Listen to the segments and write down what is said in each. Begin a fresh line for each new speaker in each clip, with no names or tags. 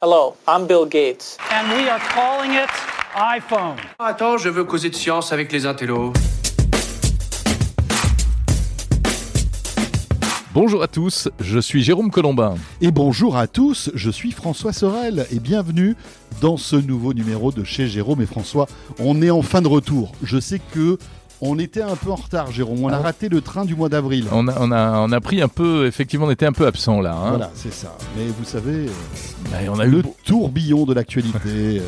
Hello, I'm Bill Gates.
And we are calling it iPhone.
Attends, je veux causer de science avec les intellos.
Bonjour à tous, je suis Jérôme Colombin.
Et bonjour à tous, je suis François Sorel et bienvenue dans ce nouveau numéro de chez Jérôme et François. On est en fin de retour. Je sais que on était un peu en retard, Jérôme.
Ah
On a raté le train du mois d'avril.
On a, on, a, on a pris un peu, effectivement, on était un peu absent là. Ah hein.
Voilà, c'est ça. Mais vous savez, euh,
Bah, et on a eu
le
beau-
tourbillon de l'actualité. euh,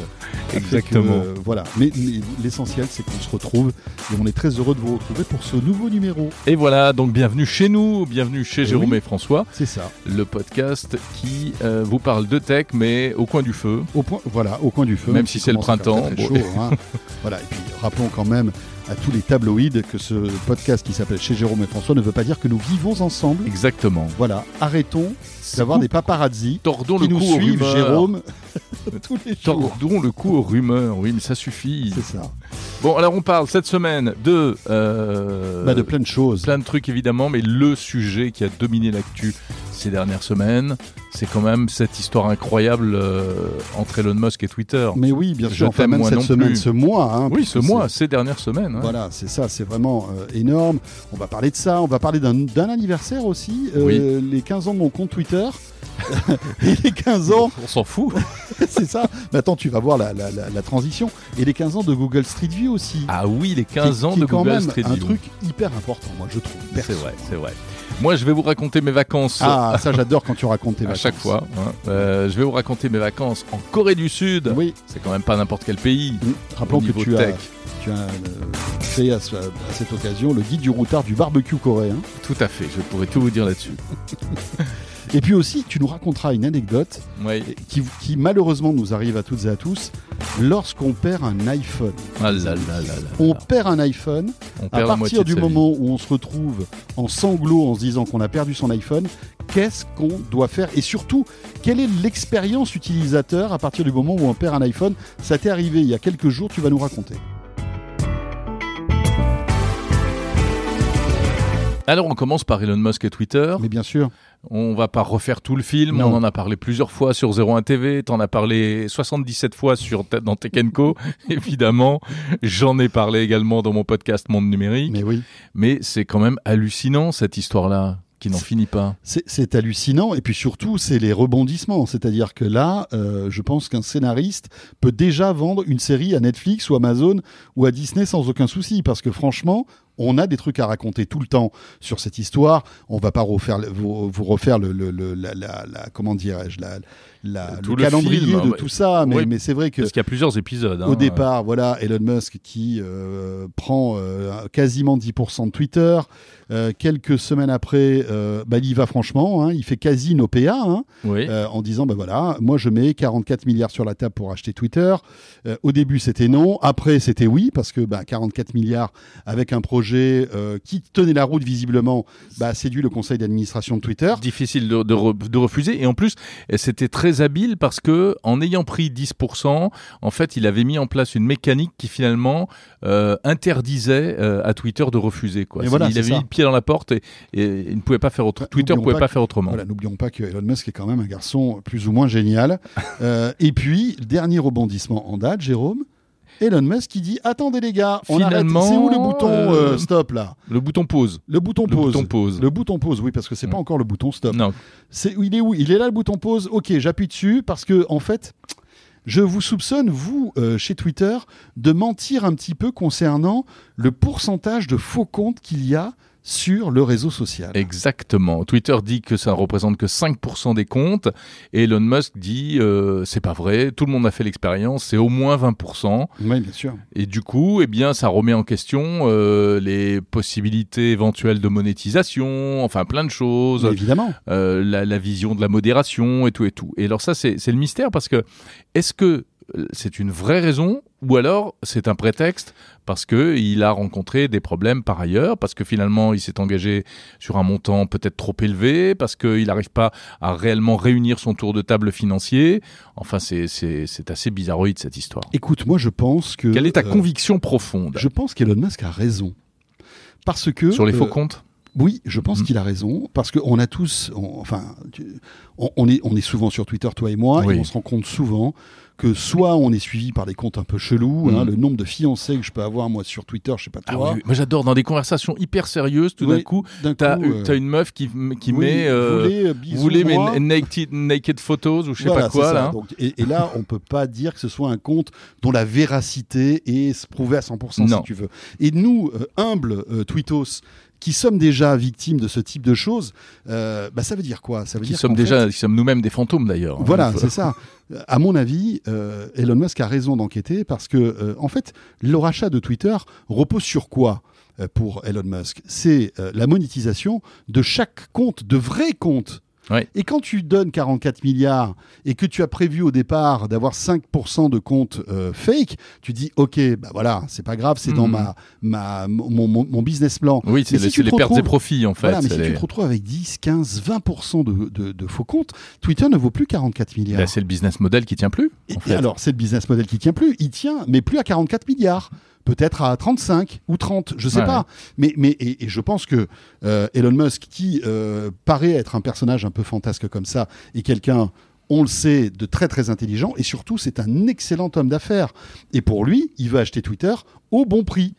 fait
Exactement.
que, euh, voilà. Mais, mais l'essentiel, c'est qu'on se retrouve et on est très heureux de vous retrouver pour ce nouveau numéro.
Et voilà, donc bienvenue chez nous, bienvenue chez
Eh
Jérôme
oui.
et François,
C'est ça.
le podcast qui euh, vous parle de tech, mais au coin du feu.
Au point, voilà, au coin du feu.
Même si c'est le
commence à faire
printemps,
très, très
bon.
chaud, hein. voilà. Et puis rappelons quand même à tous les tabloïds que ce podcast qui s'appelle Chez Jérôme et François ne veut pas dire que nous vivons ensemble.
Exactement.
Voilà, arrêtons d'avoir des paparazzi
Tordons
qui
le
nous
cou aux
suivent,
rumeurs.
Jérôme, tous les jours.
Tordons le cou aux rumeurs, oui, mais ça suffit.
C'est ça.
Bon, alors on parle cette semaine de, euh,
Bah, de plein de choses.
plein de trucs évidemment, mais le sujet qui a dominé l'actu ces dernières semaines, c'est quand même cette histoire incroyable euh, entre Elon Musk et Twitter.
Mais oui, bien
Je
sûr, enfin,
t'aime,
même
moi
cette
non
semaine,
plus.
ce mois. hein,
Oui,
puisque
ce
c'est-
mois, ces dernières semaines. hein.
Voilà, c'est ça, c'est vraiment euh, énorme. On va parler de ça, on va parler d'un d'un anniversaire aussi, euh, les 15 ans de mon compte Twitter. et les 15 ans,
On s'en fout.
c'est ça. Mais attends, tu vas voir la, la- la- la transition. Et les 15 ans de Google Street View aussi.
Ah oui, les 15
qui-
ans
qui
de
est quand
Google
même
Street
un
View.
truc hyper important, moi, je trouve.
C'est
perso.
vrai, c'est vrai. Moi, je vais vous raconter mes vacances
Ah, ça, j'adore quand tu racontes tes
à
vacances.
chaque fois. hein. Euh, je vais vous raconter mes vacances en Corée du Sud.
Oui,
C'est quand même pas n'importe quel pays.
Mm. Rappelons
au
que
niveau
tu as,
tech.
tu as euh, créé à, ce- à cette occasion le guide du routard du barbecue coréen.
Tout à fait. Je pourrais tout vous dire là-dessus.
Et puis aussi, tu nous raconteras une anecdote
Oui.
qui, qui malheureusement nous arrive à toutes et à tous lorsqu'on perd un iPhone.
Ah là là là là là.
On perd un iPhone
On
à
perd la moitié
partir
de
du
sa vie.
moment où on se retrouve en sanglots en se disant qu'on a perdu son iPhone. Qu'est-ce qu'on doit faire Et surtout, quelle est l'expérience utilisateur à partir du moment où on perd un iPhone Ça t'est arrivé il y a quelques jours, tu vas nous raconter.
Alors, on commence par Elon Musk et Twitter.
Mais bien sûr,
On va pas refaire tout le film,
Non.
on en a parlé plusieurs fois sur 01 TV, t'en as parlé 77 fois sur, dans Tech Co, évidemment. J'en ai parlé également dans mon podcast Monde Numérique.
mais oui.
Mais c'est quand même hallucinant cette histoire-là, qui n'en finit pas.
C'est- C'est hallucinant et puis surtout c'est les rebondissements, c'est-à-dire que là, euh, je pense qu'un scénariste peut déjà vendre une série à Netflix ou Amazon ou à Disney sans aucun souci, parce que franchement, on a des trucs à raconter tout le temps sur cette histoire. On va pas refaire, le- vous, vous refaire le, le- le- la, la- la- comment dirais-je, la, la-
Tout
le,
le
calendrier
film,
de
ouais.
tout ça, mais,
Oui.
mais c'est vrai que
Parce qu'il y a plusieurs épisodes.
au
hein.
départ, voilà, Elon Musk qui euh, prend euh, quasiment 10% de Twitter. Euh, quelques semaines après, euh, bah, il y va franchement. hein, il fait quasi une OPA hein,
Oui.
euh, en disant bah voilà, moi je mets 44 milliards sur la table pour acheter Twitter. Euh, au début, c'était non. Après, c'était oui parce que bah, 44 milliards avec un projet euh, qui tenait la route visiblement, bah, a séduit le conseil d'administration de Twitter.
Difficile de, de re- de refuser. Et en plus, eh, c'était très habile parce que en ayant pris 10%, en fait, il avait mis en place une mécanique qui finalement euh, interdisait euh, à Twitter de refuser. Quoi.
Et voilà,
il
c'est
avait
ça.
mis le pied dans la porte et, et il ne pouvait pas faire autre...
Bah,
Twitter ne
n'oublions
pouvait
pas
pas
que-
faire autrement.
Voilà, n'oublions pas que Elon Musk est quand même un garçon plus ou moins génial. Euh, et puis, dernier rebondissement en date, Jérôme. Elon Musk qui dit Attendez les gars, on
Finalement,
arrête. C'est où le bouton
euh,
euh, stop là
Le bouton pause.
Le bouton
Le
pause.
bouton pause.
Le bouton pause, oui, parce que c'est pas
Mm.
encore le bouton stop.
Non,
C'est il est où Il est là le bouton pause. Ok, j'appuie dessus parce que en fait, je vous soupçonne vous euh, chez Twitter de mentir un petit peu concernant le pourcentage de faux comptes qu'il y a sur le réseau social.
Exactement. Twitter dit que ça représente que 5% des comptes et Elon Musk dit euh, c'est pas vrai, tout le monde a fait l'expérience, c'est au moins 20%.
Oui, bien sûr.
Et du coup, eh bien, ça remet en question euh, les possibilités éventuelles de monétisation, enfin plein de choses,
Mais évidemment.
euh, la, la vision de la modération et tout et tout. Et alors ça, c'est c'est le mystère parce que est-ce que euh, c'est une vraie raison ou alors c'est un prétexte parce que il a rencontré des problèmes par ailleurs, parce que finalement il s'est engagé sur un montant peut-être trop élevé, parce qu'il n'arrive pas à réellement réunir son tour de table financier. Enfin, c'est- c'est c'est assez bizarroïde cette histoire.
Écoute, moi je pense que.
Quelle est ta
euh,
conviction profonde
Je pense qu'Elon Musk a raison. Parce que.
sur les
euh,
faux comptes
Oui, je pense
Mm.
qu'il a raison, parce qu'on a tous, on- enfin, tu- on, on est, on est souvent sur Twitter, toi et moi,
Oui.
et on se rend compte souvent que soit on est suivi par des comptes un peu chelous,
Mm.
hein, le nombre de fiancés que je peux avoir moi sur Twitter, je sais pas
Ah
toi,
oui, oui. Moi, j'adore dans des conversations hyper sérieuses, tout d'un
Oui,
coup,
d'un
t'as
coup, euh,
as une meuf qui, qui
oui,
met. euh,
voulez, euh, bisous,
voulez mes
moi.
naked, naked photos ou je sais
Voilà,
pas quoi
c'est ça.
là. hein.
Donc, et, et là, on peut pas dire que ce soit un compte dont la véracité est prouvée à 100%
Non.
si tu veux. Et nous, euh, humbles euh, tweetos, qui sommes déjà victimes de ce type de choses, euh, bah, ça veut dire quoi Ça veut
Qui
dire
sommes
qu'en fait,
déjà, qui sommes nous-mêmes des fantômes d'ailleurs. hein.
Voilà,
Donc, euh,
c'est ça. À mon avis, euh, Elon Musk a raison d'enquêter parce que, euh, en fait, le rachat de Twitter repose sur quoi euh, pour Elon Musk C'est euh, la monétisation de chaque compte, de vrais comptes.
Ouais.
Et quand tu donnes 44 milliards et que tu as prévu au départ d'avoir 5% de comptes euh, fake, tu dis OK, bah voilà, c'est pas grave, c'est dans
Mhm.
ma, ma, mon, mon- mon business plan.
Oui, c'est
Mais
les,
si tu
c'est les
te
pertes et
retrouves-
profits en fait.
voilà, mais
c'est
si tu
les-
te retrouves avec 10, 15, 20% de, de- de faux comptes, Twitter ne vaut plus 44 milliards.
Bah, c'est le business model qui tient plus.
Et-
en
et
fait.
alors, c'est le business model qui tient plus. Il tient, mais plus à 44 milliards. Peut-être à 35 ou 30, je sais
Ouais, ouais.
pas. Mais, mais et, et je pense que euh, Elon Musk, qui euh, paraît être un personnage un peu fantasque comme ça, et quelqu'un, on le sait, de très très intelligent, et surtout, c'est un excellent homme d'affaires. Et pour lui, il veut acheter Twitter au bon prix.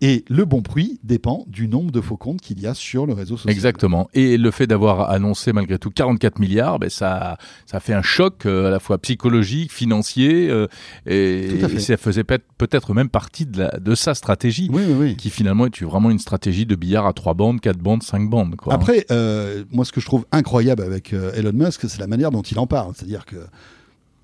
Et le bon prix dépend du nombre de faux comptes qu'il y a sur le réseau social.
Exactement. Et le fait d'avoir annoncé malgré tout 44 milliards, ben ça, ça fait un choc euh, à la fois psychologique, financier, euh, et,
Tout à fait.
et ça faisait peut- peut-être même partie de, la- de sa stratégie,
Oui, oui, oui.
qui finalement est vraiment une stratégie de billard à trois bandes, quatre bandes, cinq bandes. Quoi. hein.
Après, euh, moi, ce que je trouve incroyable avec euh, Elon Musk, c'est la manière dont il en parle. C'est-à-dire que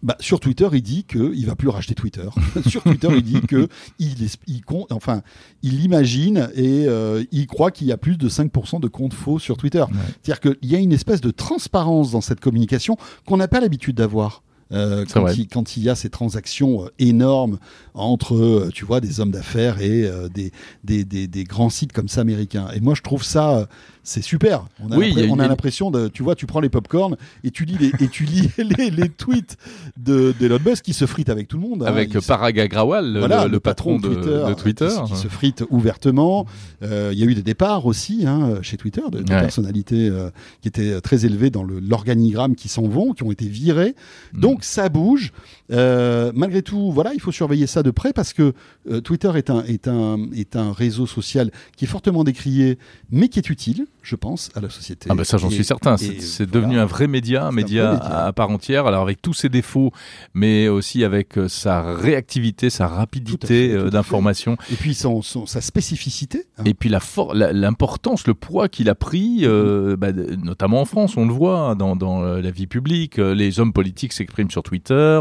bah, sur Twitter, il dit qu'il va plus racheter Twitter. sur Twitter, il dit que il, es- il con- enfin, il imagine et euh, il croit qu'il y a plus de 5% de comptes faux sur Twitter. C'est-à-dire qu'il y a une espèce de transparence dans cette communication qu'on n'a pas l'habitude d'avoir. euh,
C'est
quand,
vrai.
il, quand il y a ces transactions euh, énormes entre, euh, tu vois, des hommes d'affaires et euh, des, des, des, des grands sites comme ça américains. Et moi, je trouve ça, euh, c'est super. On a
Oui,
l'impre-
il y a
on
une-
a l'impression, de, tu vois, tu prends les popcorns et tu lis les, et tu lis les, les tweets de d'Elon Musk qui se frite avec tout le monde. hein.
Avec
Il se-
Parag Agrawal, le,
voilà,
le- le patron, de
Twitter,
de
euh,
Twitter.
qui, qui se frite ouvertement. Euh, Il y a eu des départs aussi hein, chez Twitter, de, de
Ouais.
personnalités euh, qui étaient très élevées dans le- l'organigramme qui s'en vont, qui ont été virées.
Mm.
Donc ça bouge. Euh, malgré tout, voilà, il faut surveiller ça de près parce que euh, Twitter est un, est, un, est un réseau social qui est fortement décrié, mais qui est utile, je pense, à la société.
Ah bah ça j'en
Et-
suis certain,
et
c'est c'est
voilà.
devenu un vrai média, un
C'est un
média,
vrai média.
à part entière, alors avec tous ses défauts, mais aussi avec euh, sa réactivité, sa rapidité
Tout à fait, tout
euh,
à fait.
d'information,
Et puis son, son- sa spécificité. hein.
et puis la for- la- l'importance, le poids qu'il a pris,
Mm-hmm.
euh, bah, de- notamment en France, on le voit hein, dans, dans, euh, la vie publique, euh, les hommes politiques s'expriment sur Twitter,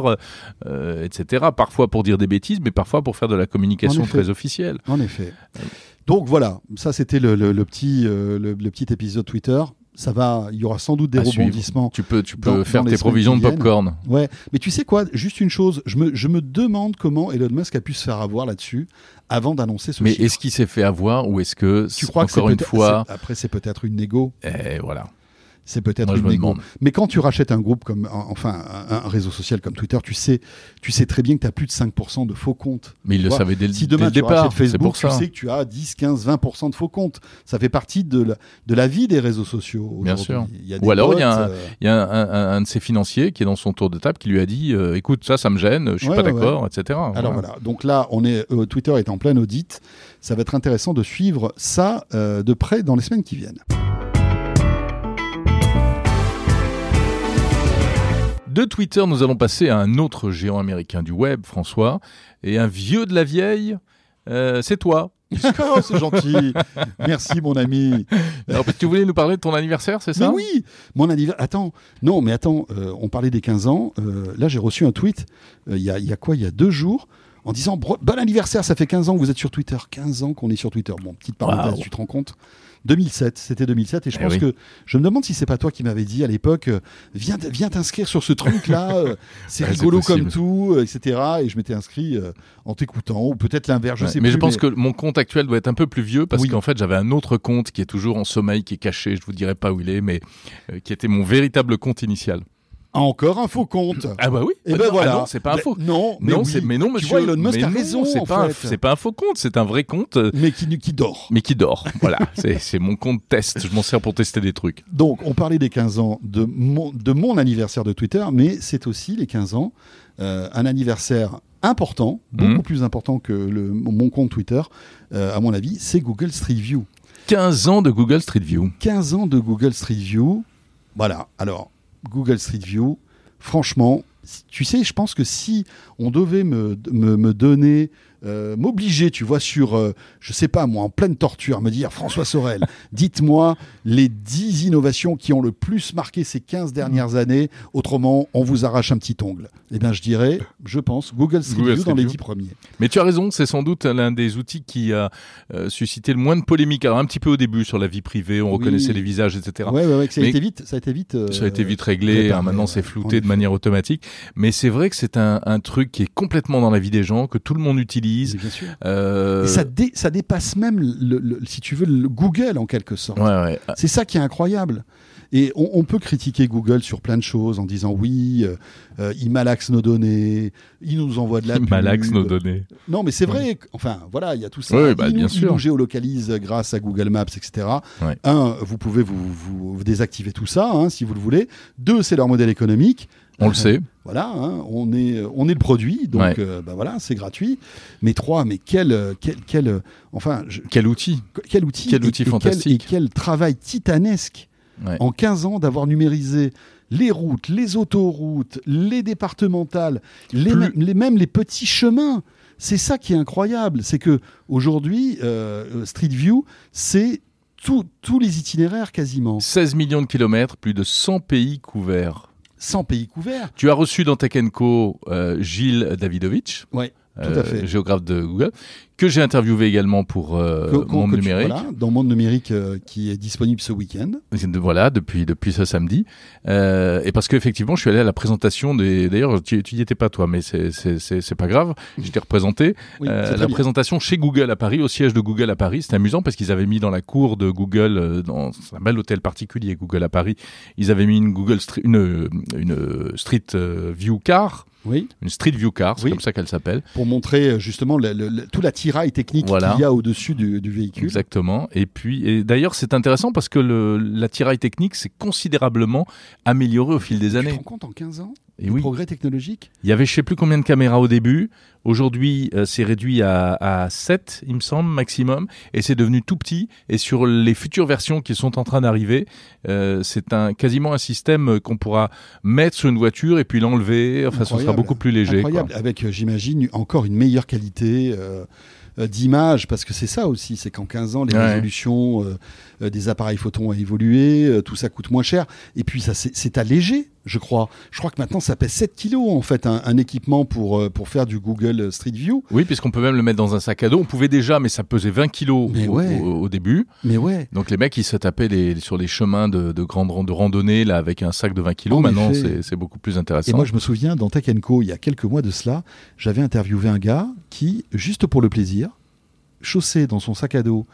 euh, etc., parfois pour dire des bêtises, mais parfois pour faire de la communication
En effet.
très officielle.
En effet. Euh, Donc voilà, ça c'était le, le- le petit, euh, le, le petit épisode Twitter. Ça va, il y aura sans doute des
À suivre.
rebondissements.
Tu peux, tu peux
Dans-
faire
dans les
tes
semaines
provisions
qui
de
viennent.
popcorn.
Ouais, mais tu sais quoi Juste une chose, je me, je me demande comment Elon Musk a pu se faire avoir là-dessus avant d'annoncer ce
Mais
chiffre.
est-ce qu'il s'est fait avoir ou est-ce que,
tu crois que c'est
encore une
peut-être-
fois,
c'est- après c'est peut-être une négo,
eh, voilà.
c'est peut-être
Moi, je
une
me
négo.
demande.
Mais quand tu rachètes un groupe comme en- enfin un, un réseau social comme Twitter, tu sais, tu sais très bien que tu as plus de 5% de faux comptes.
Mais il
Tu
le
vois,
savait dès, le-
si demain
dès
tu
le départ.
rachètes
C'est
Facebook,
pour
tu
ça.
sais que tu as 10, 15, 20% de faux comptes. Ça fait partie de la, de la vie des réseaux sociaux.
Bien
aujourd'hui. Il y a
Ou
des
alors, il y a
bots,
un-
euh,
Il y a un, un- un de ses financiers qui est dans son tour de table qui lui a dit euh, écoute ça ça me gêne je suis
Ouais,
pas
ouais,
d'accord etc.
Alors voilà. Donc là, on est euh, Twitter est en plein audit. Ça va être intéressant de suivre ça euh, de près dans les semaines qui viennent.
De Twitter nous allons passer à un autre géant américain du web François et un vieux de la vieille euh, c'est toi.
Oh, c'est gentil. Merci mon ami.
Alors, tu voulais nous parler de ton anniversaire c'est
Mais
ça
oui, mon anniversaire. Attends, non, mais attends, euh, on parlait des 15 ans. Euh, là, j'ai reçu un tweet euh, il y, a, il y a quoi Il y a deux jours en disant Bro- Bon anniversaire, ça fait 15 ans que vous êtes sur Twitter. 15 ans qu'on est sur Twitter. Bon, petite parenthèse,
Waouh.
tu te rends compte 2007, c'était 2007, et je
Eh
pense
oui.
que je me demande si c'est pas toi qui m'avais dit à l'époque euh, Viens t- viens t'inscrire sur ce truc-là, euh, c'est
Ouais, c'est
rigolo
possible.
comme tout, euh, etc. Et je m'étais inscrit euh, en t'écoutant, ou peut-être l'inverse, je
Ouais,
sais
mais
plus.
je pense que mon compte actuel doit être un peu plus vieux parce
Oui.
qu'en fait j'avais un autre compte qui est toujours en sommeil, qui est caché, je vous dirai pas où il est, mais euh, qui était mon véritable compte initial.
Encore un faux compte.
Ah bah oui.
Et
Ah
ben
non,
voilà.
ah non, c'est pas un faux.
Non, mais
non,
oui.
c'est mais non,
Tu
monsieur.
vois, Elon Musk
mais
a
non,
raison,
c'est
en
pas, un-
fait.
c'est pas un faux compte, c'est un vrai compte, euh,
mais qui, qui dort.
mais qui dort. Voilà, c'est c'est mon compte test. Je m'en sers pour tester des trucs.
Donc, on parlait des 15 ans de mon, de mon anniversaire de Twitter, mais c'est aussi les 15 ans, euh, un anniversaire important, beaucoup
Mhm.
plus important que le, mon compte Twitter, euh, à mon avis, c'est Google Street View.
15 ans de Google Street View.
15 ans de Google Street View. Voilà. Alors, Google Street View, franchement, si- tu sais, je pense que si on devait me, me, me donner, euh, m'obliger, tu vois, sur, euh, je sais pas, moi, en pleine torture, me dire, François Sorel, dites-moi les 10 innovations qui ont le plus marqué ces 15
Mm.
dernières années, autrement, on vous arrache un petit ongle. Eh bien, je dirais, je pense, Google Street
Google
View
Street
dans les
View.
10 premiers.
Mais tu as raison, c'est sans doute l'un des outils qui a euh, suscité le moins de polémiques. Alors un petit peu au début sur la vie privée, on
Oui.
reconnaissait les visages, etc.
Ouais, ouais, ouais, que ça a
Mais-
été vite. Ça a été vite, euh,
Ça a été vite réglé,
préparé,
hein, maintenant c'est
ouais, en
flouté de
effet.
manière automatique. Mais c'est vrai que c'est un, un truc qui est complètement dans la vie des gens, que tout le monde utilise.
Bien sûr.
Euh,
Et ça, dé- ça dépasse même, le, le- si tu veux, le Google en quelque sorte.
ouais, ouais.
C'est ça qui est incroyable. Et on, on peut critiquer Google sur plein de choses en disant oui, euh, euh, il malaxe nos données, il nous envoie de la pub.
Ah, Malaxe nos données.
Non, mais c'est vrai. que- Enfin, voilà, il y a tout ça.
Oui, bah,
il, nous,
bien
il
sûr.
nous géolocalise grâce à Google Maps, etc.
Ouais.
Un, vous pouvez vous, vous- vous désactiver tout ça hein, si vous le voulez. Deux, c'est leur modèle économique.
On le sait.
Voilà, hein, on, est, on est le produit, donc
Ouais.
euh, bah voilà, c'est gratuit. Mais trois, mais quel, euh, quel, quel, euh, enfin, je-
Quel outil
quel outil,
Quel outil fantastique.
et quel travail titanesque
Ouais.
en 15 ans d'avoir numérisé les routes, les autoroutes, les départementales, les,
Plus-
mêmes- les- même les petits chemins. C'est ça qui est incroyable, c'est que aujourd'hui, euh, Street View, c'est tout- tous les itinéraires quasiment,
16 millions de kilomètres, plus de 100 pays couverts.
100 pays couverts.
Tu as reçu dans Tech Co euh, Gilles Davidovich,
Ouais, tout
euh,
à fait.
géographe de Google, que j'ai interviewé également pour euh,
Que- qu'on-
Monde
que tu-
Numérique.
voilà, dans Monde Numérique euh, qui est disponible ce week-end.
De- Voilà, depuis, depuis ce samedi. Euh, et parce qu'effectivement, je suis allé à la présentation des. D'ailleurs, tu n'y étais pas toi, mais c'est- c'est c'est- c'est pas grave. Je t'ai représenté.
Oui,
Euh,
c'est très
la
bien.
présentation chez Google à Paris, au siège de Google à Paris. C'était amusant parce qu'ils avaient mis dans la cour de Google, euh, dans un bel hôtel particulier, Google à Paris, ils avaient mis une Google Stre- une, euh, une euh, Street euh, View Car.
Oui.
Une Street View Car, c'est
Oui.
comme ça qu'elle s'appelle.
pour montrer euh, justement le, le- le- tout l'attirail technique
Voilà.
qu'il y a au-dessus du, du véhicule.
Exactement. Et puis, et d'ailleurs, c'est intéressant parce que le- l'attirail technique s'est considérablement amélioré au fil des
Tu te
années.
rends compte en 15 ans
Et
du
oui.
progrès technologique
Il y avait je sais plus combien de caméras au début. Aujourd'hui, euh, c'est réduit à, à 7, il me semble, maximum. Et c'est devenu tout petit. Et sur les futures versions qui sont en train d'arriver, euh, c'est un, quasiment un système qu'on pourra mettre sur une voiture et puis l'enlever. Enfin, ce sera
Incroyable.
beaucoup plus léger. quoi.
Incroyable, avec euh, j'imagine encore une meilleure qualité euh, euh, d'image, parce que c'est ça aussi, c'est qu'en 15 ans, les
Ouais.
résolutions euh, euh, des appareils photos ont évolué, euh, tout ça coûte moins cher, et puis ça c'est- c'est allégé, je crois. Je crois que maintenant ça pèse 7 kilos en fait, un, un équipement pour, euh, pour faire du Google Street View.
Oui, puisqu'on peut même le mettre dans un sac à dos. On pouvait déjà, mais ça pesait 20 kilos
Mais
au,
ouais.
au- au début.
Mais ouais,
Donc les mecs, ils se tapaient les- sur les chemins de, de, grande ran- de randonnée là, avec un sac de 20 kilos.
En
Maintenant,
effet.
c'est c'est beaucoup plus intéressant.
Et moi, je me souviens, dans Tech Co, il y a quelques mois de cela, j'avais interviewé un gars qui, juste pour le plaisir, chaussait dans son sac à dos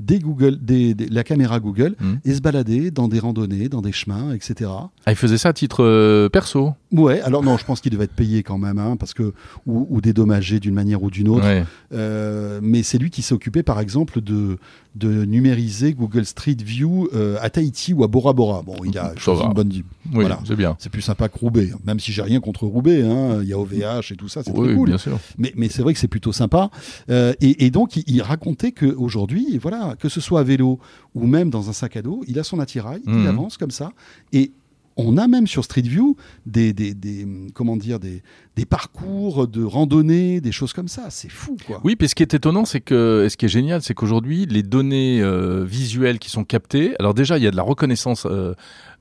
des Google, des, des- la caméra Google
Mhm.
et se baladait dans des randonnées, dans des chemins, etc.
Ah, ils faisaient ça à titre euh, perso.
Ouais, alors non, je pense qu'il devait être payé quand même, hein, parce que ou, ou dédommagé d'une manière ou d'une autre.
Ouais.
Euh, mais c'est lui qui s'est occupé, par exemple, de, de numériser Google Street View euh, à Tahiti ou à Bora Bora. Bon, il a
Ça
choisi
va.
une bonne
Oui,
Voilà.
c'est bien.
c'est plus sympa que Roubaix, hein. même si j'ai rien contre Roubaix, hein. il y a OVH et tout ça, c'est très
oui,
cool.
bien sûr.
Mais, mais c'est vrai que c'est plutôt sympa. Euh, et, et donc, il, il racontait qu'aujourd'hui, voilà, que ce soit à vélo ou même dans un sac à dos, il a son attirail, il
Mhm.
avance comme ça. Et on a même sur Street View des, des, des, comment dire, des, des parcours de randonnée, des choses comme ça. C'est fou, quoi.
Oui, puis ce qui est étonnant, c'est que, et ce qui est génial, c'est qu'aujourd'hui, les données euh, visuelles qui sont captées, alors déjà, il y a de la reconnaissance euh,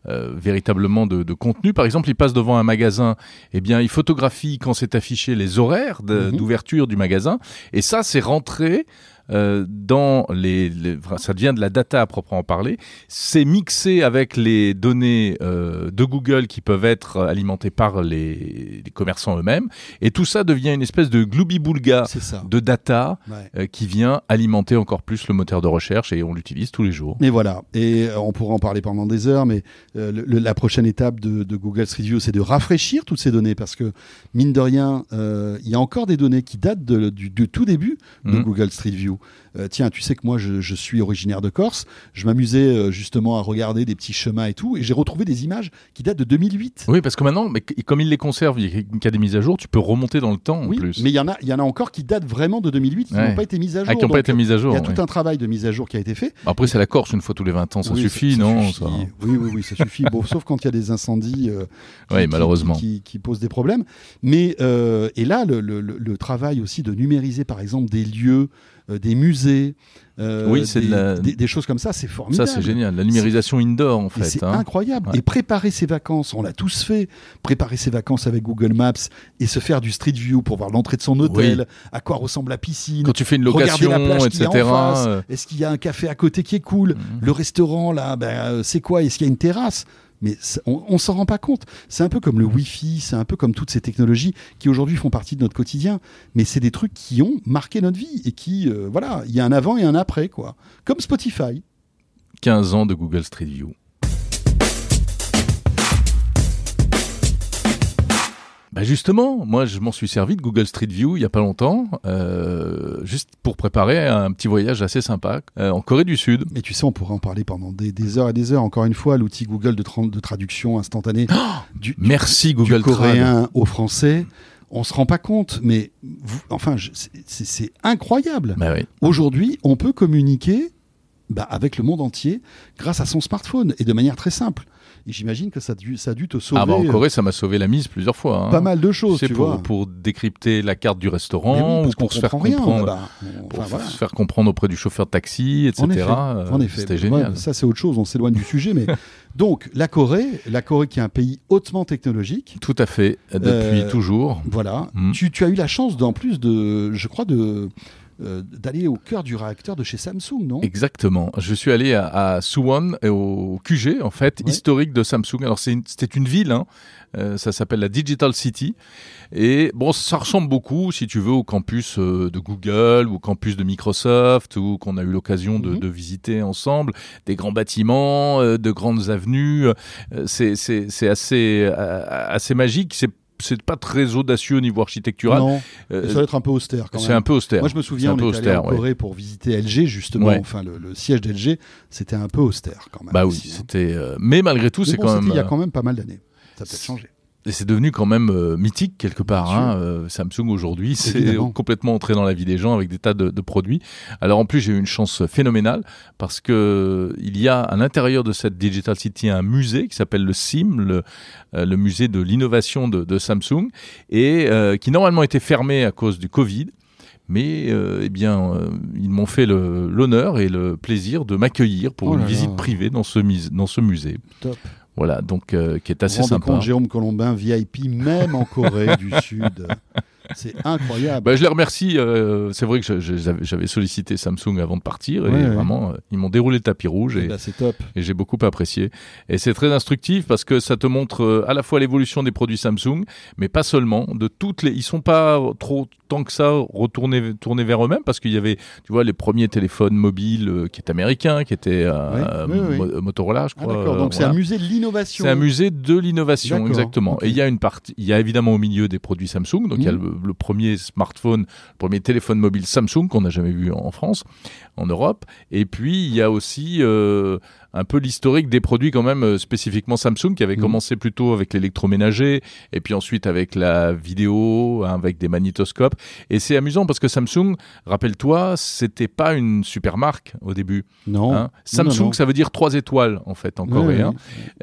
euh, véritablement de, de contenu. Par exemple, il passe devant un magasin, eh bien, il photographie quand c'est affiché les horaires de-
Mhm.
d'ouverture du magasin, et ça, c'est rentré euh, dans les, les- enfin, ça devient de la data à proprement parler. C'est mixé avec les données euh, de Google qui peuvent être euh, alimentées par les, les commerçants eux-mêmes, et tout ça devient une espèce de gloubi-boulga
C'est ça.
de data
Ouais.
euh, qui vient alimenter encore plus le moteur de recherche et on l'utilise tous les jours.
Mais voilà, et euh, on pourra en parler pendant des heures, mais euh, le- le- la prochaine étape de, de Google Street View, c'est de rafraîchir toutes ces données, parce que, mine de rien, euh, il y a encore des données qui datent de- du, du tout début de
Mhm.
Google Street View. Euh, tiens, tu sais que moi, je, je suis originaire de Corse, je m'amusais euh, justement à regarder des petits chemins et tout, et j'ai retrouvé des images qui datent de 2008.
Oui, parce que maintenant, mais c- comme ils les conservent, il y a qu'à des mises à jour, tu peux remonter dans le temps
Oui,
en plus.
mais il y, en a- il y en a encore qui datent vraiment de 2008, qui
Ouais.
n'ont pas été mises à jour.
Ah, qui n'ont pas
donc,
été mises à
il
jour.
y a
ouais.
tout un travail de mise à jour qui a été fait.
Après, c'est la Corse, une fois tous les 20 ans, ça
Oui,
suffit, non ça
suffit. Oui, oui, oui, ça suffit. Bon, sauf quand il y a des incendies euh, qui-
Oui,
qui-
malheureusement.
Qui, qui posent des problèmes. Mais, euh, et là, le, le- le- le travail aussi de numériser, par exemple, des lieux, euh, des musées, euh,
Oui, c'est
des,
de la-
des- des choses comme ça, c'est
Ça,
formidable.
c'est génial. La numérisation indoor, en
Et
fait.
c'est
hein.
incroyable.
Ouais.
Et préparer ses vacances, on l'a tous fait, préparer ses vacances avec Google Maps et se faire du Street View pour voir l'entrée de son hôtel, à quoi ressemble la piscine,
Quand tu fais une
Regardez
location,
la plage qu'il y
etc.
a en face.
euh,
Est-ce qu'il y a un café à côté qui est cool
Mhm.
Le restaurant, là, ben, euh, c'est quoi Est-ce qu'il y a une terrasse mais ça- on, on s'en rend pas compte. C'est un peu comme le
Mhm.
Wi-Fi, c'est un peu comme toutes ces technologies qui aujourd'hui font partie de notre quotidien. Mais c'est des trucs qui ont marqué notre vie et qui, euh, voilà, il y a un avant et un après, quoi. Comme Spotify.
15 ans de Google Street View. Bah justement, moi je m'en suis servi de Google Street View il n'y a pas longtemps, euh, juste pour préparer un petit voyage assez sympa euh, en Corée du Sud.
Mais tu sais, on pourrait en parler pendant des, des heures et des heures. Encore une fois, l'outil Google de, tran- de traduction instantanée du,
Merci
du
Ah, Google Trad.
coréen au français. On se rend pas compte, mais vous- enfin, je- c'est- c'est c'est incroyable.
Bah oui.
Aujourd'hui, on peut communiquer bah, avec le monde entier grâce à son smartphone et de manière très simple. Et j'imagine que ça a dû, ça a dû te sauver
Ah bah en
euh,
Corée ça m'a sauvé la mise plusieurs fois. hein.
pas mal de choses,
C'est
tu
pour,
vois.
pour décrypter la carte du
Mais oui,
restaurant
parce
ou pour
qu'on
se faire
comprend rien,
comprendre,
là-bas. On-
pour
enfin, voilà.
se faire comprendre auprès du chauffeur de taxi, etc.
En effet,
Euh,
en effet.
C'était
Ouais,
génial.
mais ça, c'est autre chose. On s'éloigne du sujet, mais donc la Corée, la Corée qui est un pays hautement technologique.
Tout à fait, depuis
Euh,
toujours.
Voilà.
Mm.
Tu, tu as eu la chance, en plus de, je crois, de euh, d'aller au cœur du réacteur de chez Samsung, non
Exactement. Je suis allé à, à Suwon, et au QG, en fait,
Ouais.
historique de Samsung. Alors, c'est une- c'était une ville, hein. Euh, ça s'appelle la Digital City. Et bon, ça ressemble beaucoup, si tu veux, au campus euh, de Google ou au campus de Microsoft, ou qu'on a eu l'occasion de,
Mhm.
de visiter ensemble. Des grands bâtiments, euh, de grandes avenues. Euh, c'est- c'est c'est assez, euh, assez magique. C'est c'est pas très audacieux au niveau architectural.
Non,
Euh,
ça va être un peu austère quand même.
c'est un peu austère.
Moi, je me souviens, on
C'est un
était
peu
allé en
austère, ouais.
Corée pour visiter LG, justement.
Ouais.
Enfin, le, le siège d'LG, c'était un peu austère quand même.
Bah oui,
aussi, hein.
c'était. euh, Mais malgré tout,
Mais
c'est
bon,
quand
c'était
même.
il y a
euh,
quand même pas mal d'années. Ça a peut-être
c'est-
changé.
Et c'est devenu quand même euh, mythique quelque part.
Bien
hein. Euh, Samsung aujourd'hui, c'est
Évidemment.
complètement entré dans la vie des gens avec des tas de, de produits. Alors en plus, j'ai eu une chance phénoménale parce que euh, il y a à l'intérieur de cette Digital City un musée qui s'appelle le SIM, le, euh, le musée de l'innovation de, de Samsung, et euh, qui normalement était fermé à cause du Covid. Mais euh, eh bien, euh, ils m'ont fait le- l'honneur et le plaisir de m'accueillir pour
Oh
une
là
visite
là.
privée dans ce, mise- dans ce musée.
Top.
Voilà, donc euh, qui est
Vous vous
assez
rendez
sympa.
compte, Jérôme Colombin, VIP, même en Corée du Sud. C'est incroyable.
Bah, je les remercie. euh, c'est vrai que je- je- j'avais j'avais sollicité Samsung avant de partir et
Ouais, ouais.
vraiment, euh, ils m'ont déroulé le tapis rouge
Eh
et,
ben, c'est top.
et j'ai beaucoup apprécié. Et c'est très instructif parce que ça te montre euh, à la fois l'évolution des produits Samsung, mais pas seulement. De toutes les, ils sont pas trop tant que ça retournés tournés vers eux-mêmes parce qu'il y avait, tu vois, les premiers téléphones mobiles euh, qui étaient américains, qui étaient euh,
Ouais, ouais, ouais.
Mo- Motorola, je
Ah,
crois.
d'accord.
euh,
Donc, c'est
voilà.
un musée de l'innovation.
C'est un musée de l'innovation,
D'accord,
exactement.
ok.
Et il y a une partie, il y a évidemment au milieu des produits Samsung, donc il y a
Mhm.
le, le premier smartphone, le premier téléphone mobile Samsung qu'on n'a jamais vu en, en France, en Europe. Et puis il y a aussi euh, un peu l'historique des produits quand même euh, spécifiquement Samsung qui avait
Mhm.
commencé plutôt avec l'électroménager et puis ensuite avec la vidéo, hein, avec des magnétoscopes. Et c'est amusant parce que Samsung, rappelle-toi, c'était pas une super marque au début.
Non.
hein.
Non, non,
Samsung,
non.
ça veut dire trois étoiles en fait en
Ouais,
coréen.
ouais.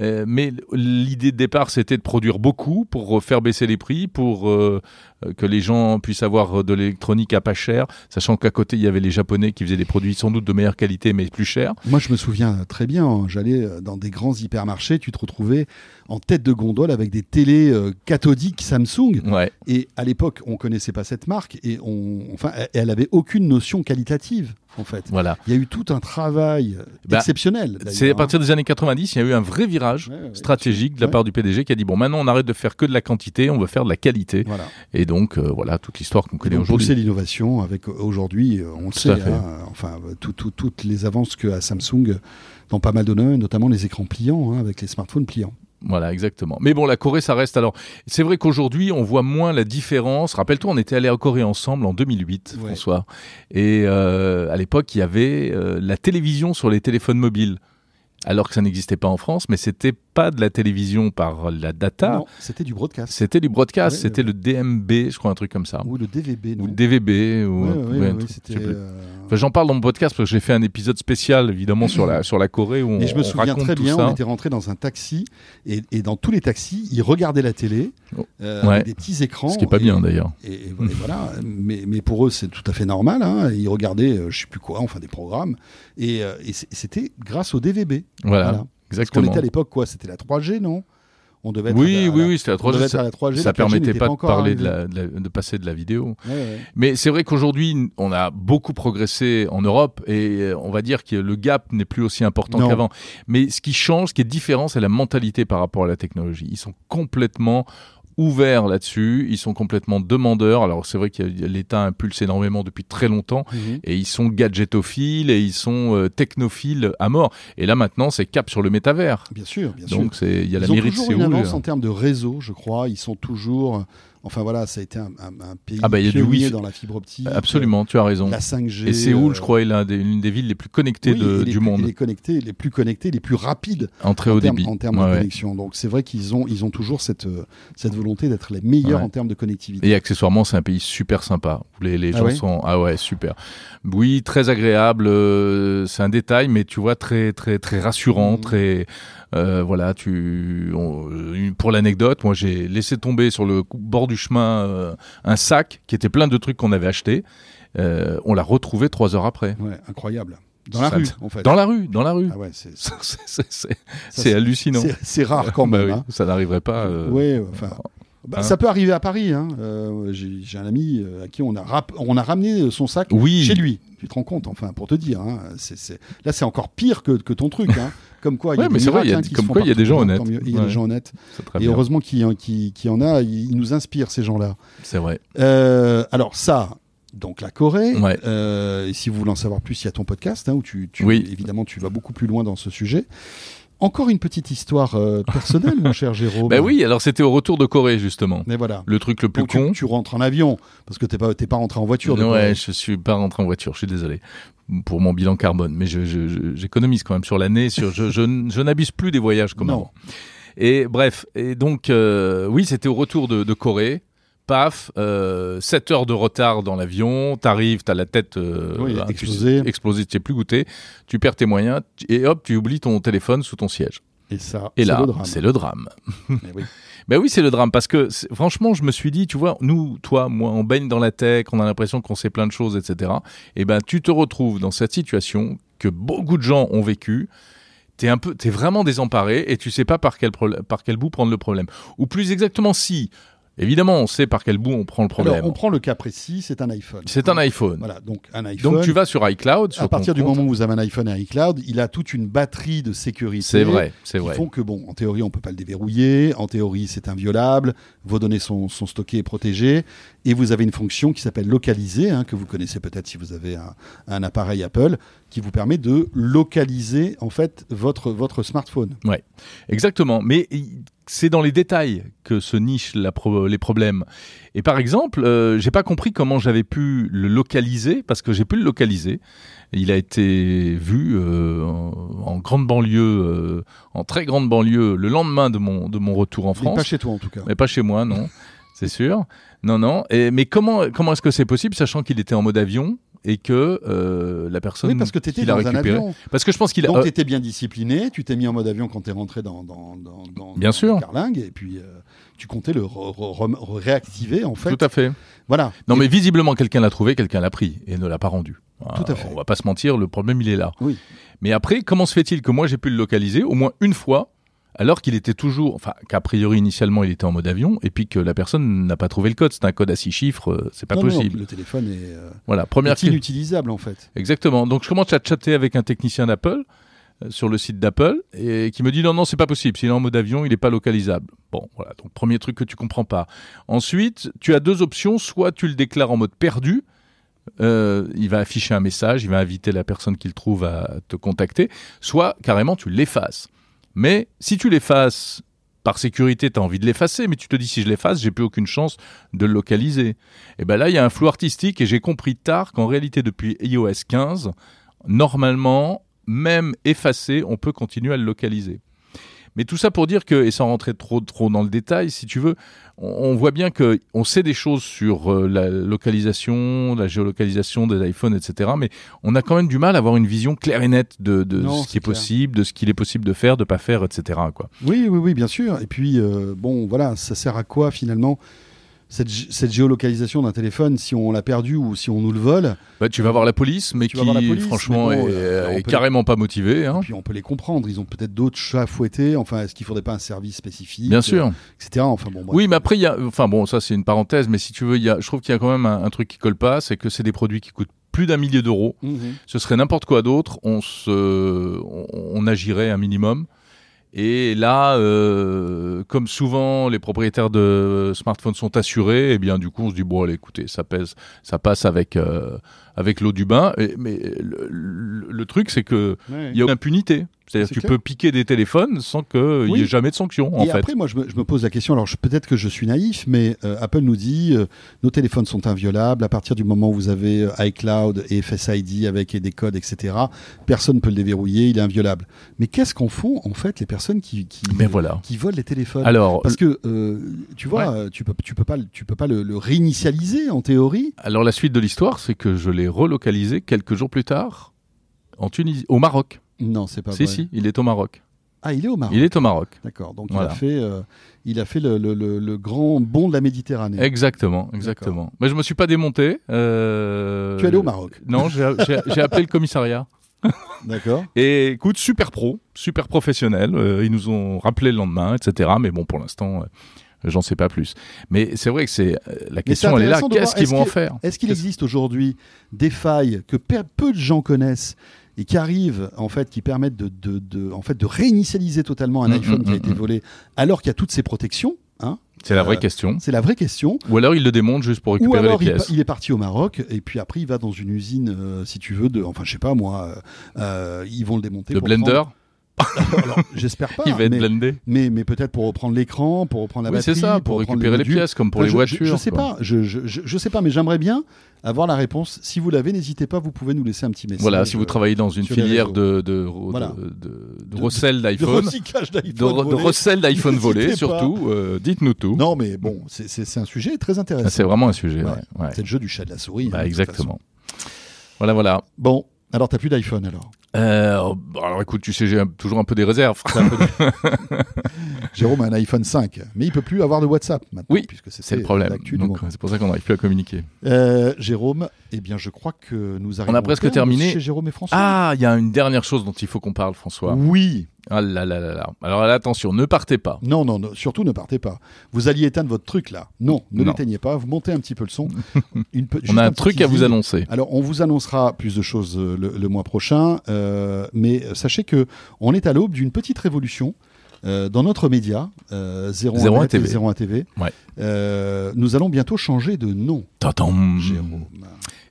Euh, mais l'idée de départ, c'était de produire beaucoup pour euh, faire baisser les prix, pour euh, euh, que les gens puissent avoir euh, de l'électronique à pas cher, sachant qu'à côté, il y avait les Japonais qui faisaient des produits sans doute de meilleure qualité, mais plus chers.
Moi, je me souviens très bien. bien. hein. J'allais euh, dans des grands hypermarchés, tu te retrouvais en tête de gondole avec des télés euh, cathodiques Samsung.
Ouais.
Et à l'époque, on connaissait pas cette marque et on, enfin, elle- elle avait aucune notion qualitative en fait.
Voilà.
Il y a eu tout un travail
Bah,
exceptionnel.
C'est à
d'ailleurs, hein.
partir des années 90, il y a eu un vrai virage
Ouais, ouais,
stratégique de la
ouais.
part du PDG qui a dit bon maintenant on arrête de faire que de la quantité, on veut faire de la qualité.
Voilà.
Et donc euh, voilà toute l'histoire qu'on connaît
Donc, pousser
aujourd'hui.
l'innovation avec euh, aujourd'hui, euh, on le
Tout à
sait,
fait.
hein, euh, enfin euh, tout- tout- toutes les avances que a Samsung dans pas mal de domaines, notamment les écrans pliants hein, avec les smartphones pliants.
Voilà exactement. Mais bon la Corée ça reste alors. C'est vrai qu'aujourd'hui on voit moins la différence. Rappelle-toi on était allé en Corée ensemble en 2008
Ouais.
François. Et euh, à l'époque il y avait euh, la télévision sur les téléphones mobiles. Alors que ça n'existait pas en France, mais c'était pas de la télévision par la data,
Non, c'était du broadcast
c'était du broadcast,
Ouais,
c'était le DMB, je crois un truc comme ça.
ou le DVB. non
Ah. ou le DVB ou
Ouais,
un-
ouais,
ouais,
ouais,
un
ouais,
truc,
c'était,
je sais plus.
euh,
Enfin, j'en parle dans mon podcast parce que j'ai fait un épisode spécial évidemment sur la sur la Corée où on,
Mais je me
on
souviens
raconte
très
tout
bien,
ça.
on était rentré dans un taxi et, et dans tous les taxis, ils regardaient la télé,
Oh.
euh,
Ouais.
avec des petits écrans.
Ce qui est pas
et-
bien d'ailleurs.
Et, et voilà, et voilà. Mais, mais pour eux, c'est tout à fait normal. hein. Ils regardaient, euh, je sais plus quoi, enfin des programmes. Et, euh, et c'est- c'était grâce au DVB.
Voilà,
Voilà. Parce qu'on
Ah, exactement.
était à l'époque, quoi C'était la 3G, non On devait être à
Oui,
la-
oui, oui, c'était la
on
3G.
devait être à
Ça,
la 3G,
ça
la 4G
permettait
n'était
pas de
encore
parler de,
arrivée.
la- de la- de passer de la vidéo.
Ouais, ouais.
Mais c'est vrai qu'aujourd'hui, on a beaucoup progressé en Europe et euh, on va dire que le gap n'est plus aussi important
Non.
qu'avant. Mais ce qui change, ce qui est différent, c'est la mentalité par rapport à la technologie. Ils sont complètement ouverts là-dessus, ils sont complètement demandeurs. Alors c'est vrai que l'État impulse énormément depuis très longtemps
Mhm.
et ils sont gadgetophiles et ils sont euh, technophiles à mort. Et là maintenant, c'est cap sur le métavers.
Bien sûr, bien sûr.
Donc c'est- il y a la
Ils ont
mairie de
toujours une
Séoul.
avance en termes de réseau, je crois. Ils sont toujours. Enfin voilà, ça a été un, un- un pays
Ah bah, il y a du
pionnier
Wi-Fi.
dans la fibre optique.
Absolument, tu as raison.
euh, La 5G.
Et Séoul,
euh,
je crois, est l'un des- l'une des villes les plus connectées
oui,
de-
et les
du
plus-
monde
Les, connectés, les plus connectés, les plus rapides
en très
en
haut
termes,
débit.
en termes
Ouais,
de
ouais.
connexion. Donc c'est vrai qu'ils ont, ils ont toujours cette, euh, cette volonté d'être les meilleurs
Ouais.
en termes de connectivité.
Et accessoirement, c'est un pays super sympa. Où les, les
Ah
gens
ouais
sont ah ouais super. Oui, très agréable. euh, c'est un détail, mais tu vois très très très rassurant.
Mhm.
Très euh, voilà. Tu on- une- pour l'anecdote, moi j'ai laissé tomber sur le cou- bord du chemin euh, un sac qui était plein de trucs qu'on avait achetés. Euh, on l'a retrouvé trois heures après
Ouais, incroyable. Dans la
Ça-
rue, en fait.
dans la rue, dans la rue.
Ah ouais, c'est- ça,
C'est- c'est- c'est-
c'est-
C'est hallucinant.
c'est- c'est rare quand
Bah
même.
oui,
hein.
Ça n'arriverait pas. euh,
Ouais, enfin, bah,
hein.
Ça peut arriver à Paris. hein. Euh, J'ai j'ai un ami euh, à qui on a, rap- on a ramené son sac
Oui.
chez lui. Tu te rends compte, enfin, pour te dire. hein. C'est- c'est- Là, c'est encore pire que, que ton truc. hein. Comme quoi, il y a
Ouais,
des
mais c'est vrai,
miracles,
il y a-
hein, qui se
comme
font
quoi, il y a des
partout,
gens
tant
honnêtes.
mieux. Il y a
Ouais.
des gens honnêtes.
c'est très
Et
bien.
heureusement qu'il y, en- qu'il- qu'il y en a, ils nous inspirent, ces gens-là.
C'est vrai.
Euh, alors ça, donc la Corée.
Ouais.
Euh, et si vous voulez en savoir plus, il y a ton podcast hein, où tu, tu-
Oui.
évidemment tu vas beaucoup plus loin dans ce sujet. Encore une petite histoire euh, personnelle, mon cher Jérôme.
Ben oui, alors c'était au retour de Corée justement.
Mais voilà.
Le truc le plus
Donc,
con.
tu, tu rentres en avion parce que t'es pas t'es pas rentré en voiture. de
ouais,
Corée.
je suis pas rentré en voiture, je suis désolé pour mon bilan carbone, mais je- je- je- j'économise quand même sur l'année, sur je, je, n- je n'abuse plus des voyages comme
Non.
avant. Et bref, et donc euh, oui, c'était au retour de, de Corée. Paf, euh, 7 heures de retard dans l'avion, t'arrives, t'as la tête euh,
Oui,
bah, tu-
explosée.
explosée, tu sais plus goûter, tu perds tes moyens tu- et hop, tu oublies ton téléphone sous ton siège.
Et ça,
Et
c'est
là,
le drame.
c'est le drame.
Mais oui.
Ben oui, c'est le drame parce que c'est- franchement, je me suis dit, tu vois, nous, toi, moi, on baigne dans la tech, on a l'impression qu'on sait plein de choses, etc. Et ben, tu te retrouves dans cette situation que beaucoup de gens ont vécu. T'es un peu, t'es vraiment désemparé et tu sais pas par quel problème, par quel bout prendre le problème. Ou plus exactement, si, évidemment, on sait par quel bout on prend le problème.
Alors on prend le cas précis, c'est un iPhone.
C'est un iPhone.
Voilà, donc un iPhone.
Donc tu vas sur iCloud. Sur
à
ton
partir du
compte.
moment où vous avez un iPhone et un iCloud, il a toute une batterie de sécurité.
C'est vrai, c'est
qui
vrai.
font que, bon, en théorie, on peut pas le déverrouiller, en théorie, c'est inviolable, vos données sont, sont stockées et protégées, et vous avez une fonction qui s'appelle localiser, hein, que vous connaissez peut-être si vous avez un, un appareil Apple, qui vous permet de localiser, en fait, votre, votre smartphone.
Exactement, mais i- c'est dans les détails que se nichent la pro- les problèmes. Et par exemple, euh, j'ai pas compris comment j'avais pu le localiser parce que j'ai pu le localiser. Il a été vu euh, en, en grande banlieue, euh, en très grande banlieue, le lendemain de mon de mon retour en
Il est
France.
Pas chez toi, en tout cas.
Mais pas chez moi, non. C'est sûr. Non, non. Et, mais comment, comment est-ce que c'est possible, sachant qu'il était en mode avion et que euh, la personne
Oui, parce que tu étais
qui l'a
dans un
récupéré-
avion.
Parce que je pense qu'il a... euh,
Donc, tu étais bien discipliné, tu t'es mis en mode avion quand tu es rentré dans, dans, dans, dans-
Bien
dans
sûr.
le carlingue, et puis euh, tu comptais le re- re- re- réactiver, en fait.
tout à fait.
Voilà.
Non,
Et
mais visiblement, quelqu'un l'a trouvé, quelqu'un l'a pris et ne l'a pas rendu.
Tout à fait.
On va pas se mentir, le problème il est là.
Oui.
Mais après, comment se fait-il que moi j'ai pu le localiser au moins une fois, alors qu'il était toujours, enfin, qu'a priori initialement il était en mode avion, et puis que la personne n'a pas trouvé le code. C'est un code à six chiffres, euh, c'est pas
Non, non,
possible.
le téléphone est, euh,
Voilà, première
est inutilisable en fait.
Exactement. Donc je commence à chatter avec un technicien d'Apple euh, sur le site d'Apple et qui me dit non non c'est pas possible s'il est en mode avion il n'est pas localisable bon voilà donc premier truc que tu comprends pas ensuite tu as deux options soit tu le déclares en mode perdu euh, il va afficher un message il va inviter la personne qu'il trouve à te contacter soit carrément tu l'effaces mais si tu l'effaces par sécurité tu as envie de l'effacer mais tu te dis si je l'efface j'ai plus aucune chance de le localiser et ben là, il y a un flou artistique et j'ai compris tard qu'en réalité, depuis iOS 15, normalement, même effacé, on peut continuer à le localiser. Mais tout ça pour dire que, et sans rentrer trop, trop dans le détail, si tu veux, on, on voit bien que on sait des choses sur euh, la localisation, la géolocalisation des iPhones, etc. Mais on a quand même du mal à avoir une vision claire et nette de, de ce
Non, c'est
qui est
clair.
possible, de ce qu'il est possible de faire, de pas faire, etc. Quoi.
Oui, oui, oui, bien sûr. Et puis, euh, bon, voilà, ça sert à quoi finalement cette, gé- cette géolocalisation d'un téléphone si on l'a perdu ou si on nous le vole
Bah, tu vas voir la police, mais
Tu vas
qui,
voir la police,
franchement,
mais bon,
est,
euh, on
est
peut-
carrément pas motivée. hein.
Puis on peut les comprendre, ils ont peut-être d'autres chats à fouetter. Enfin, est-ce qu'il faudrait pas un service spécifique
Bien sûr.
euh, Etc. Enfin, bon, bref.
Oui, mais après, il y a, enfin bon, ça c'est une parenthèse, mais si tu veux, il y a, je trouve qu'il y a quand même un, un truc qui colle pas, c'est que c'est des produits qui coûtent plus d'un millier d'euros.
Mhm.
Ce serait n'importe quoi d'autre, on se, on, on agirait un minimum. Et là, euh, comme souvent, les propriétaires de smartphones sont assurés, et bien du coup, on se dit bon, allez, écoutez, ça pèse, ça passe avec euh, avec l'eau du bain. Et- mais le, le- le truc, c'est que
Ouais.
il y a une impunité. C'est-à-dire
C'est
que tu
clair.
peux piquer des téléphones sans qu'il n'y
Oui.
ait jamais de sanction, en
et
fait.
après, moi, je me, je me pose la question. Alors, je- peut-être que je suis naïf, mais euh, Apple nous dit euh, nos téléphones sont inviolables à partir du moment où vous avez euh, iCloud et FSID avec des codes, etc. Personne ne peut le déverrouiller, il est inviolable. Mais qu'est-ce qu'en font en fait les personnes qui qui,
Mais voilà.
qui volent les téléphones
Alors,
Parce que euh, tu vois, euh, tu peux tu peux pas le- tu peux pas le, le réinitialiser en théorie.
Alors la suite de l'histoire, c'est que je l'ai relocalisé quelques jours plus tard en Tunisie, au Maroc.
Non, c'est pas
si
vrai.
si, il est au Maroc.
Ah, il est au Maroc.
Il est au Maroc.
D'accord. Donc il
Voilà.
a fait euh, il a fait le, le- le- le grand bond de la Méditerranée.
Exactement, exactement. Mais je me suis pas démonté. euh,
Tu es allé au Maroc.
Non, j'ai j'ai- j'ai appelé le commissariat.
D'accord.
Et écoute, super pro, super professionnel. euh, ils nous ont rappelé le lendemain, etc. Mais bon, pour l'instant, euh, j'en sais pas plus. Mais c'est vrai que c'est euh, la question, elle est là.
intéressant de
Qu'est-ce
voir,
qu'ils
est-ce
vont en
que-
faire
Est-ce qu'il existe aujourd'hui des failles que pe- peu de gens connaissent et qui arrivent, en fait, qui permettent de, de, de- en fait, de réinitialiser totalement un
Mm,
iPhone
mm,
qui a
mm,
été
mm.
volé, alors qu'il y a toutes ces protections hein
C'est la vraie
Euh,
question.
C'est la vraie question.
Ou alors ils le démontent juste pour
Ou
récupérer
alors
les
il, pa-
pièces.
il est parti au Maroc et puis après il va dans une usine, euh, si tu veux, de, enfin je sais pas moi, euh, euh, ils vont le démonter.
Le
pour
blender,
prendre- Alors, J'espère pas.
il va être
mais,
blendé.
mais, mais peut-être pour reprendre l'écran, pour reprendre la
Oui,
batterie,
c'est ça, pour,
reprendre
récupérer les,
modules.
pièces, comme pour
Enfin,
les
je,
voitures.
Je, je sais
quoi.
pas, je, je, je- je sais pas, mais j'aimerais bien avoir la réponse. Si vous l'avez, n'hésitez pas, vous pouvez nous laisser un petit message.
Voilà, si vous travaillez dans une
sur les
filière de, de, de,
Voilà.
de- de- de
De-
recel
de
d'iPhone,
Euh, recyclage
de,
d'iPhone.
de
volé.
recel d'iPhone volé,
N'hésitez pas.
surtout, euh, dites-nous tout.
Non, mais bon, c'est- c'est c'est un sujet
Ah,
très intéressant.
C'est vraiment un sujet.
Ouais.
ouais, ouais.
C'est le jeu du chat de la souris.
Bah,
hein, de toute façon.
exactement. Voilà, voilà.
Bon, alors t'as plus d'iPhone alors.
Euh, bon, alors écoute, tu sais, j'ai un- toujours un peu des réserves.
Jérôme a un iPhone 5, mais il peut plus avoir de WhatsApp maintenant.
Oui,
puisque c'était
C'est le problème.
l'actu du
Donc, euh,
moment.
C'est pour ça qu'on n'arrive plus à communiquer.
Euh, Jérôme, eh bien, je crois que nous arrivons.
a
au
presque
terme de
terminé.
Chez Jérôme et François.
Ah, il y a une dernière chose dont il faut qu'on parle, François.
oui.
Ah là là là là. Alors là, attention, ne partez pas.
Non, non, non, surtout ne partez pas. Vous alliez éteindre votre truc là. Non, ne
Non.
l'éteignez pas. Vous montez un petit peu le son. Une pe- juste
On a un
petit
truc à vous
teasing.
annoncer.
Alors, on vous annoncera plus de choses euh, le, le mois prochain, euh, mais sachez que on est à l'aube d'une petite révolution. euh, dans notre média, euh, 01,
Zéro un
Net et
TV.
01 TV,
Ouais.
euh, nous allons bientôt changer de nom,
Tadam.
Jérôme.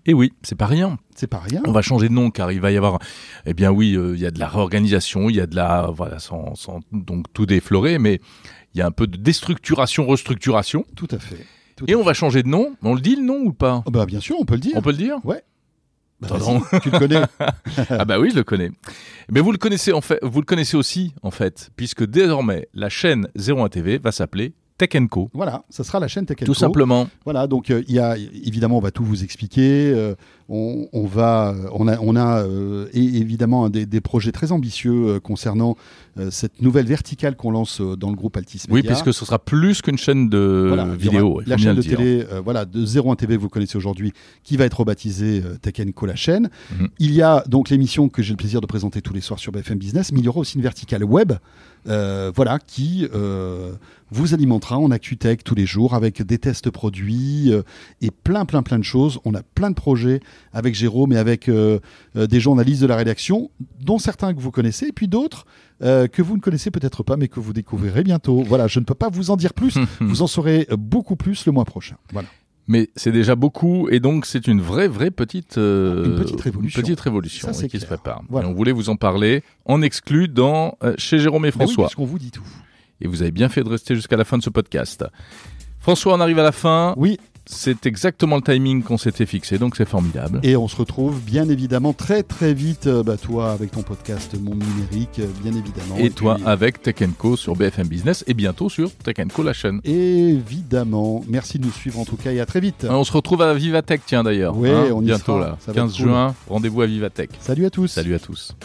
Eh oui, c'est pas rien.
C'est pas rien.
On va changer de nom car il va y avoir, eh bien oui, euh, il y a de la réorganisation, il y a de la, voilà, sans, sans donc tout déflorer, mais il y a un peu de déstructuration, restructuration.
Tout à fait. Tout
Et
à
on
fait.
va changer de nom. On le dit le nom ou pas
Ah bah, bien sûr, on peut le dire.
On peut le dire
Bah,
Pardon.
vas-y, tu le connais.
Ah bah oui, je le connais. Mais vous le connaissez en fait, vous le connaissez aussi en fait, puisque désormais la chaîne 01 TV va s'appeler Tech Co.
Voilà, ça sera la chaîne Tech
Tout
Co.
simplement.
Voilà, donc euh, il y a évidemment, on va tout vous expliquer. euh, on, on va, on a, on a euh, é- évidemment un des, des projets très ambitieux euh, concernant euh, cette nouvelle verticale qu'on lance euh, dans le groupe Altis
Oui,
Media.
puisque ce sera plus qu'une chaîne de
Voilà, il y aura
vidéo. il faut
la
bien
chaîne
le
de
dire.
télé, euh, voilà, de 01 TV, vous connaissez aujourd'hui, qui va être rebaptisée euh, Tech Co, la chaîne.
Mhm.
Il y a donc l'émission que j'ai le plaisir de présenter tous les soirs sur BFM Business, mais il y aura aussi une verticale web, euh, voilà, qui euh, vous alimentera en ActuTech tous les jours avec des tests produits euh, et plein, plein, plein de choses. On a plein de projets avec Jérôme et avec euh, euh, des journalistes de la rédaction, dont certains que vous connaissez, et puis d'autres euh, que vous ne connaissez peut-être pas, mais que vous découvrirez bientôt. Voilà, je ne peux pas vous en dire plus.
Hmm.
vous en saurez euh, beaucoup plus le mois prochain. Voilà.
Mais c'est déjà beaucoup, et donc c'est une vraie, vraie petite, euh,
Une petite révolution.
une petite révolution,
Ça,
oui,
c'est
qui se
clair.
prépare.
Voilà.
Et on voulait vous en parler en exclu dans euh, chez Jérôme et
Mais Ah oui,
François.
parce qu'on vous dit tout.
et vous avez bien fait de rester jusqu'à la fin de ce podcast. François, on arrive à la fin.
Oui,
C'est exactement le timing qu'on s'était fixé, donc c'est formidable.
et on se retrouve bien évidemment très très vite, euh, bah, toi avec ton podcast Monde Numérique, euh, bien évidemment.
Et, toi
puis-
avec Tech Co sur BFM Business et bientôt sur Tech Co la chaîne.
euh, Évidemment. Merci de nous suivre en tout cas et à très vite.
On se retrouve à Vivatech, tiens d'ailleurs. hein,
Ouais, on y
bientôt
sera.
là.
Ça va être
15
cool.
juin, rendez-vous à Vivatech.
Salut à tous.
Salut à tous.